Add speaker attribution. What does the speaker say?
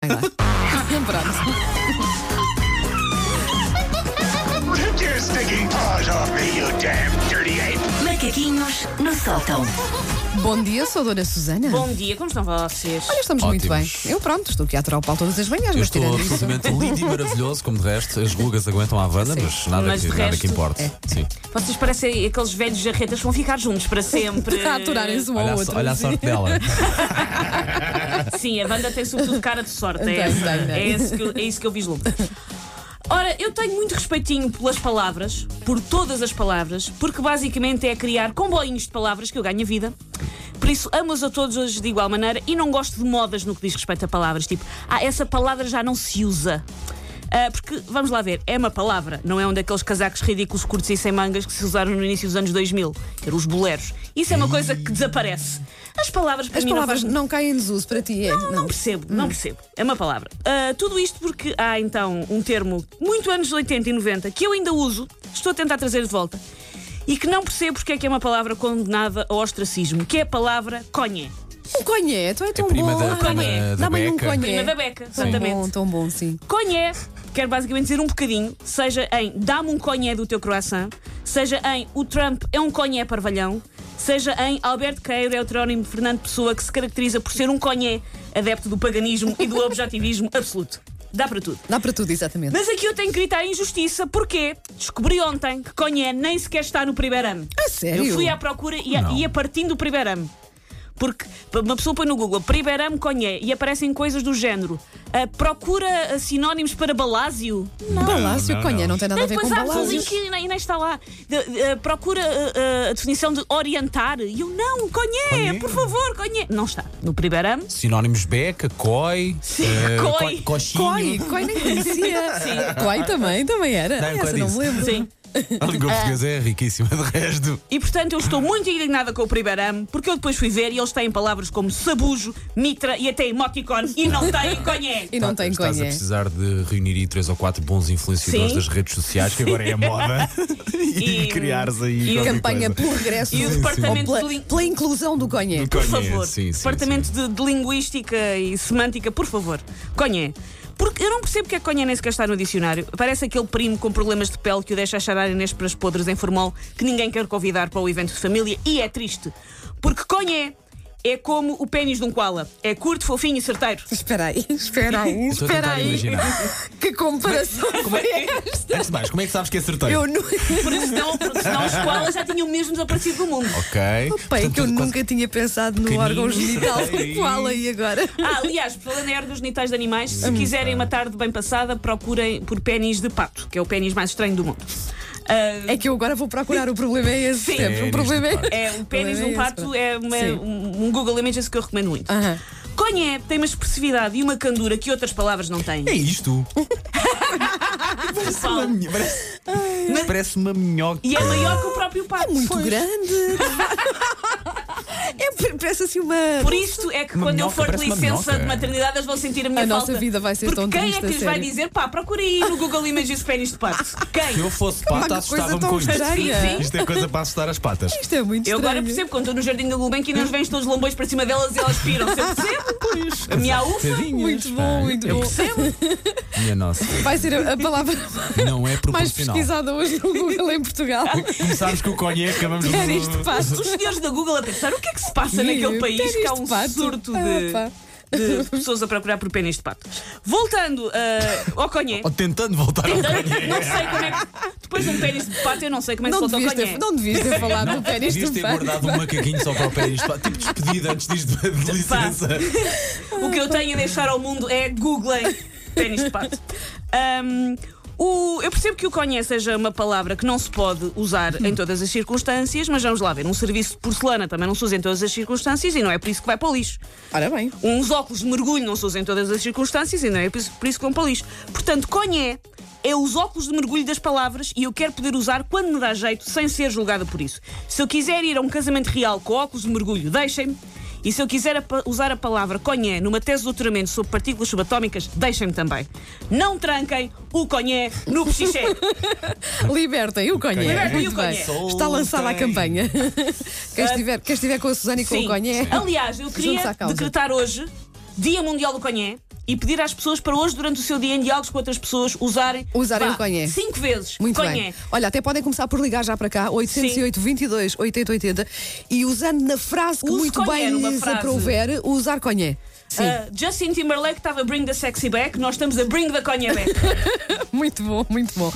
Speaker 1: É lá. Pronto.
Speaker 2: Take your stinking paws off me, you damn dirty ape!
Speaker 3: Macaquinhos no sótão.
Speaker 1: Bom dia, sou a Dona Susana.
Speaker 4: Bom dia, como estão vocês?
Speaker 1: Olha, estamos muito bem.
Speaker 5: Ótimos.
Speaker 1: Eu pronto, estou aqui a aturar o pau todas as manhãs,
Speaker 5: Eu
Speaker 1: mas
Speaker 5: estou
Speaker 1: tirando isso.
Speaker 5: absolutamente lindo e maravilhoso, como de resto. As rugas aguentam à vana, mas nada,
Speaker 4: Mas
Speaker 5: que,
Speaker 4: de
Speaker 5: nada
Speaker 4: resto,
Speaker 5: que importe.
Speaker 1: é.
Speaker 5: Sim.
Speaker 4: Vocês parecem aqueles velhos jarretas que vão ficar juntos para sempre.
Speaker 1: A aturarem-se um
Speaker 5: Olha,
Speaker 1: ao
Speaker 5: a,
Speaker 1: outro.
Speaker 5: so- olha a
Speaker 1: assim.
Speaker 5: sorte dela.
Speaker 4: Sim, a banda tem sobretudo cara de sorte.
Speaker 1: Tem,
Speaker 4: É, essa-
Speaker 1: tem, né? tem.
Speaker 4: é esse que eu- é isso que eu vislumbro. Ora, eu tenho muito respeitinho pelas palavras, por todas as palavras, porque basicamente é criar comboinhos de palavras que eu ganho a vida. Por isso, amo-os a todos hoje de igual maneira e não gosto de modas no que diz respeito a palavras. Tipo, ah, essa palavra já não se usa. Ah, porque, vamos lá ver, é uma palavra, não é um daqueles casacos ridículos curtos e sem mangas que se usaram no início dos anos 2000, que eram os boleros. Isso é uma coisa que desaparece. As palavras para
Speaker 1: As
Speaker 4: mim não
Speaker 1: palavras
Speaker 4: fazem-
Speaker 1: não caem em desuso para ti, é?
Speaker 4: não percebo, não percebo. É uma palavra. Ah, tudo isto porque há então um termo muito anos 80 e 90 que eu ainda uso, estou a tentar trazer de volta, e que não percebo porque é que é uma palavra condenada ao ostracismo, que é a palavra conhe.
Speaker 1: Um conhé, tu é tão
Speaker 5: prima
Speaker 1: bom.
Speaker 5: da-
Speaker 1: Ah,
Speaker 5: da- da
Speaker 1: Dá-me um
Speaker 5: beca.
Speaker 1: conhé.
Speaker 4: Prima da beca,
Speaker 1: Tão
Speaker 4: exatamente.
Speaker 1: bom, tão bom, sim.
Speaker 4: Conhé quer basicamente dizer um bocadinho, seja em dá-me um conhé do teu croissant, seja em o Trump é um conhé parvalhão, seja em Alberto Queiro é o terónimo de Fernando Pessoa que se caracteriza por ser um conhé adepto do paganismo e do objetivismo absoluto. Dá para tudo.
Speaker 1: Dá para tudo, exatamente.
Speaker 4: Mas aqui eu tenho que gritar injustiça porque descobri ontem que Conhé nem sequer está no primeiro ano.
Speaker 1: A Ah, sério?
Speaker 4: Eu fui à procura e a-
Speaker 5: Não.
Speaker 4: ia partindo do primeiro ano. Porque uma pessoa põe no Google primeiro ano Conhé e aparecem coisas do género. ah, procura ah, sinónimos para balásio.
Speaker 1: Palácio
Speaker 5: não,
Speaker 1: Conhé,
Speaker 5: não.
Speaker 1: não tem nada a ver
Speaker 4: Depois
Speaker 1: com
Speaker 4: há pessoas em
Speaker 1: palácios.
Speaker 4: que e nem está lá. De- de- eh, procura eh, eh, a definição de orientar. E eu, não, Conhé,
Speaker 5: Conhé.
Speaker 4: por favor, Conhé. Não está. No primeiro ano.
Speaker 5: Sinónimos beca, coi, eh,
Speaker 4: coi.
Speaker 5: coi- coxinho.
Speaker 1: Coi, coi nem conhecia.
Speaker 4: Sim.
Speaker 1: Coi também, também era.
Speaker 5: Não,
Speaker 1: Ah,
Speaker 5: coi
Speaker 1: Essa não me
Speaker 5: disse.
Speaker 1: lembro.
Speaker 4: Sim.
Speaker 5: A
Speaker 1: Ah.
Speaker 5: língua portuguesa é riquíssima, de resto.
Speaker 4: E portanto eu estou muito indignada com o primeiro amo, porque eu depois fui ver e eles têm palavras como sabujo, mitra e até emoticon e não têm conhé.
Speaker 1: E não tem
Speaker 5: Tá,
Speaker 1: é.
Speaker 5: Estás a
Speaker 1: conhé.
Speaker 5: precisar de reunir aí três ou quatro bons influenciadores
Speaker 4: Sim.
Speaker 5: das redes sociais, que agora é a moda, e,
Speaker 4: E-
Speaker 5: criares aí
Speaker 4: e
Speaker 5: qualquer
Speaker 1: Campanha
Speaker 5: coisa.
Speaker 1: pelo regresso.
Speaker 4: E o
Speaker 1: Sim,
Speaker 4: departamento
Speaker 1: sim. Ou
Speaker 4: de
Speaker 1: pela,
Speaker 4: lin-
Speaker 1: pela inclusão do conhé.
Speaker 5: Do
Speaker 4: Por
Speaker 5: conhé,
Speaker 4: favor,
Speaker 5: sim, sim,
Speaker 4: Departamento
Speaker 5: sim.
Speaker 4: De, de Linguística e Semântica, por favor, conhé. Porque eu não percebo que é conhé nem sequer está no dicionário. Parece aquele primo com problemas de pele que o deixa a charar inésperas podres em formol que ninguém quer convidar para o evento de família e é triste. Porque conhé é como o pênis de um koala. É curto, fofinho e certeiro.
Speaker 1: Espera aí, espera aí,
Speaker 5: Eu Estou a
Speaker 1: espera
Speaker 5: tentar
Speaker 1: aí.
Speaker 5: imaginar.
Speaker 1: Que comparação
Speaker 4: é
Speaker 1: foi esta?
Speaker 5: Antes de mais, como é que sabes que acertei?
Speaker 1: Eu não.
Speaker 4: Porque senão, porque senão os koalas já tinham mesmo desaparecido do mundo.
Speaker 5: Ok.
Speaker 1: Pai,
Speaker 5: Portanto,
Speaker 1: é que eu
Speaker 5: quase-
Speaker 1: nunca tinha pensado no
Speaker 5: pequenino,
Speaker 1: órgão genital
Speaker 5: sei.
Speaker 1: igual aí agora.
Speaker 4: Ah, aliás, falando em órgãos genitais de animais,
Speaker 1: Hum.
Speaker 4: se quiserem
Speaker 1: Ah.
Speaker 4: uma tarde bem passada, procurem por pênis de pato, que é o pênis mais estranho do mundo. Ah,
Speaker 1: É que eu agora vou procurar, o problema é esse
Speaker 4: Sim.
Speaker 1: sempre. O
Speaker 5: É,
Speaker 1: problema é.
Speaker 5: nisto, claro.
Speaker 4: é, o pênis de um
Speaker 1: problema
Speaker 4: pato
Speaker 1: esse,
Speaker 4: é uma-
Speaker 1: Sim. Ah.
Speaker 4: um, um Google Images que eu recomendo muito.
Speaker 1: Aham.
Speaker 4: Conhé tem uma expressividade e uma candura que outras palavras não têm.
Speaker 5: É isto.
Speaker 4: Paulo.
Speaker 5: minho- parece- Parece uma minhoca.
Speaker 4: E é maior que o próprio pato.
Speaker 1: É Muito grande. é, parece assim uma.
Speaker 4: Por isto é que
Speaker 5: Uma
Speaker 4: quando
Speaker 5: minhoca,
Speaker 4: eu for de
Speaker 5: parece uma
Speaker 4: licença
Speaker 5: minhoca.
Speaker 4: de maternidade, eles vão sentir a minha
Speaker 1: A nossa
Speaker 4: falta.
Speaker 1: vida vai ser
Speaker 4: Porque
Speaker 1: tão
Speaker 4: quem
Speaker 1: triste,
Speaker 4: é que
Speaker 1: a
Speaker 4: lhes vai
Speaker 1: sério.
Speaker 4: dizer, pá, procura aí no Google Images pênis de pato? Quem?
Speaker 5: Se eu fosse
Speaker 1: Uma
Speaker 5: pata,
Speaker 1: coisa
Speaker 5: assustava-me
Speaker 1: tão
Speaker 5: com isto.
Speaker 1: estranha.
Speaker 4: Sim, sim.
Speaker 5: Isto é coisa para assustar as patas.
Speaker 1: Isto é muito
Speaker 4: Eu
Speaker 1: estranho.
Speaker 4: agora percebo, quando estou no jardim da Gulbenkian e eles vêm todos lombões para cima delas e elas piram. Eu percebo, pois. A minha ufa.
Speaker 5: Tadinhas,
Speaker 1: Muito
Speaker 5: pá.
Speaker 1: bom, muito
Speaker 5: Eu
Speaker 1: bom.
Speaker 5: percebo. Minha nossa.
Speaker 1: Vai ser a, a palavra
Speaker 5: Não é
Speaker 1: mais
Speaker 5: proporcional.
Speaker 1: pesquisada hoje no Google em Portugal.
Speaker 4: Ah,
Speaker 5: Começámos com o conhe, acabamos de.
Speaker 1: Pênis de pato.
Speaker 4: Os senhores da Google a pensar o que é que se passa naquele país que há um surto
Speaker 1: Ah,
Speaker 4: de, de pessoas a procurar por pênis de pato. Voltando eh, ao conhé.
Speaker 5: Ou Oh, tentando voltar ao conhe.
Speaker 4: Não sei como é que. Depois de um pênis de pato, eu não sei como é que se
Speaker 1: Não
Speaker 4: volta ao
Speaker 1: devias, ter,
Speaker 4: conhé.
Speaker 1: não devias ter falado do pênis
Speaker 5: Devias
Speaker 1: do
Speaker 5: ter
Speaker 1: pato.
Speaker 5: guardado um macaquinho só para o pé. Isto, pá, tipo despedida antes disto de de licença.
Speaker 4: O que eu tenho a deixar ao mundo é googlem ténis de pato. Ahm, o- eu percebo que o conhé seja uma palavra que não se pode usar em todas as circunstâncias, mas vamos lá ver. Um serviço de porcelana também não se usa em todas as circunstâncias e não é por isso que vai para o lixo.
Speaker 1: Ora bem.
Speaker 4: Uns óculos de mergulho não se usam em todas as circunstâncias e não é por isso por isso que vão para o lixo. Portanto, conhé é os óculos de mergulho das palavras e eu quero poder usar quando me dá jeito, sem ser julgada por isso. Se eu quiser ir a um casamento real com óculos de mergulho, deixem-me. E se eu quiser apa- usar a palavra conhé numa tese de doutoramento sobre partículas subatómicas, deixem-me também. Não tranquem o conhé no psiché.
Speaker 1: Libertem o Conhé.
Speaker 4: Libertem
Speaker 1: Muito
Speaker 4: o
Speaker 1: bem.
Speaker 5: Conhé.
Speaker 1: Está lançada a
Speaker 5: Soltem.
Speaker 1: campanha.
Speaker 4: Ah,
Speaker 1: Quem estiver, quem estiver com a Susana e com o Conhé.
Speaker 4: Aliás, eu
Speaker 1: Juntos
Speaker 4: queria
Speaker 1: à causa.
Speaker 4: decretar hoje Dia Mundial do Conhé e pedir às pessoas para hoje, durante o seu dia, em diálogos com outras pessoas, usarem,
Speaker 1: Usarem
Speaker 4: vá,
Speaker 1: o conhé.
Speaker 4: Cinco vezes
Speaker 1: Muito
Speaker 4: conhé.
Speaker 1: bem. Olha, até podem começar por ligar já para cá, 808 22 80 80 e usando na frase que
Speaker 4: Use
Speaker 1: muito
Speaker 4: conhé
Speaker 1: bem
Speaker 4: numa
Speaker 1: lhes
Speaker 4: frase.
Speaker 1: aprouver, usar conhé. Sim,
Speaker 4: Ah, Justin Timberlake estava a bring the sexy back, nós estamos a bring the conhé back.
Speaker 1: muito bom, muito bom.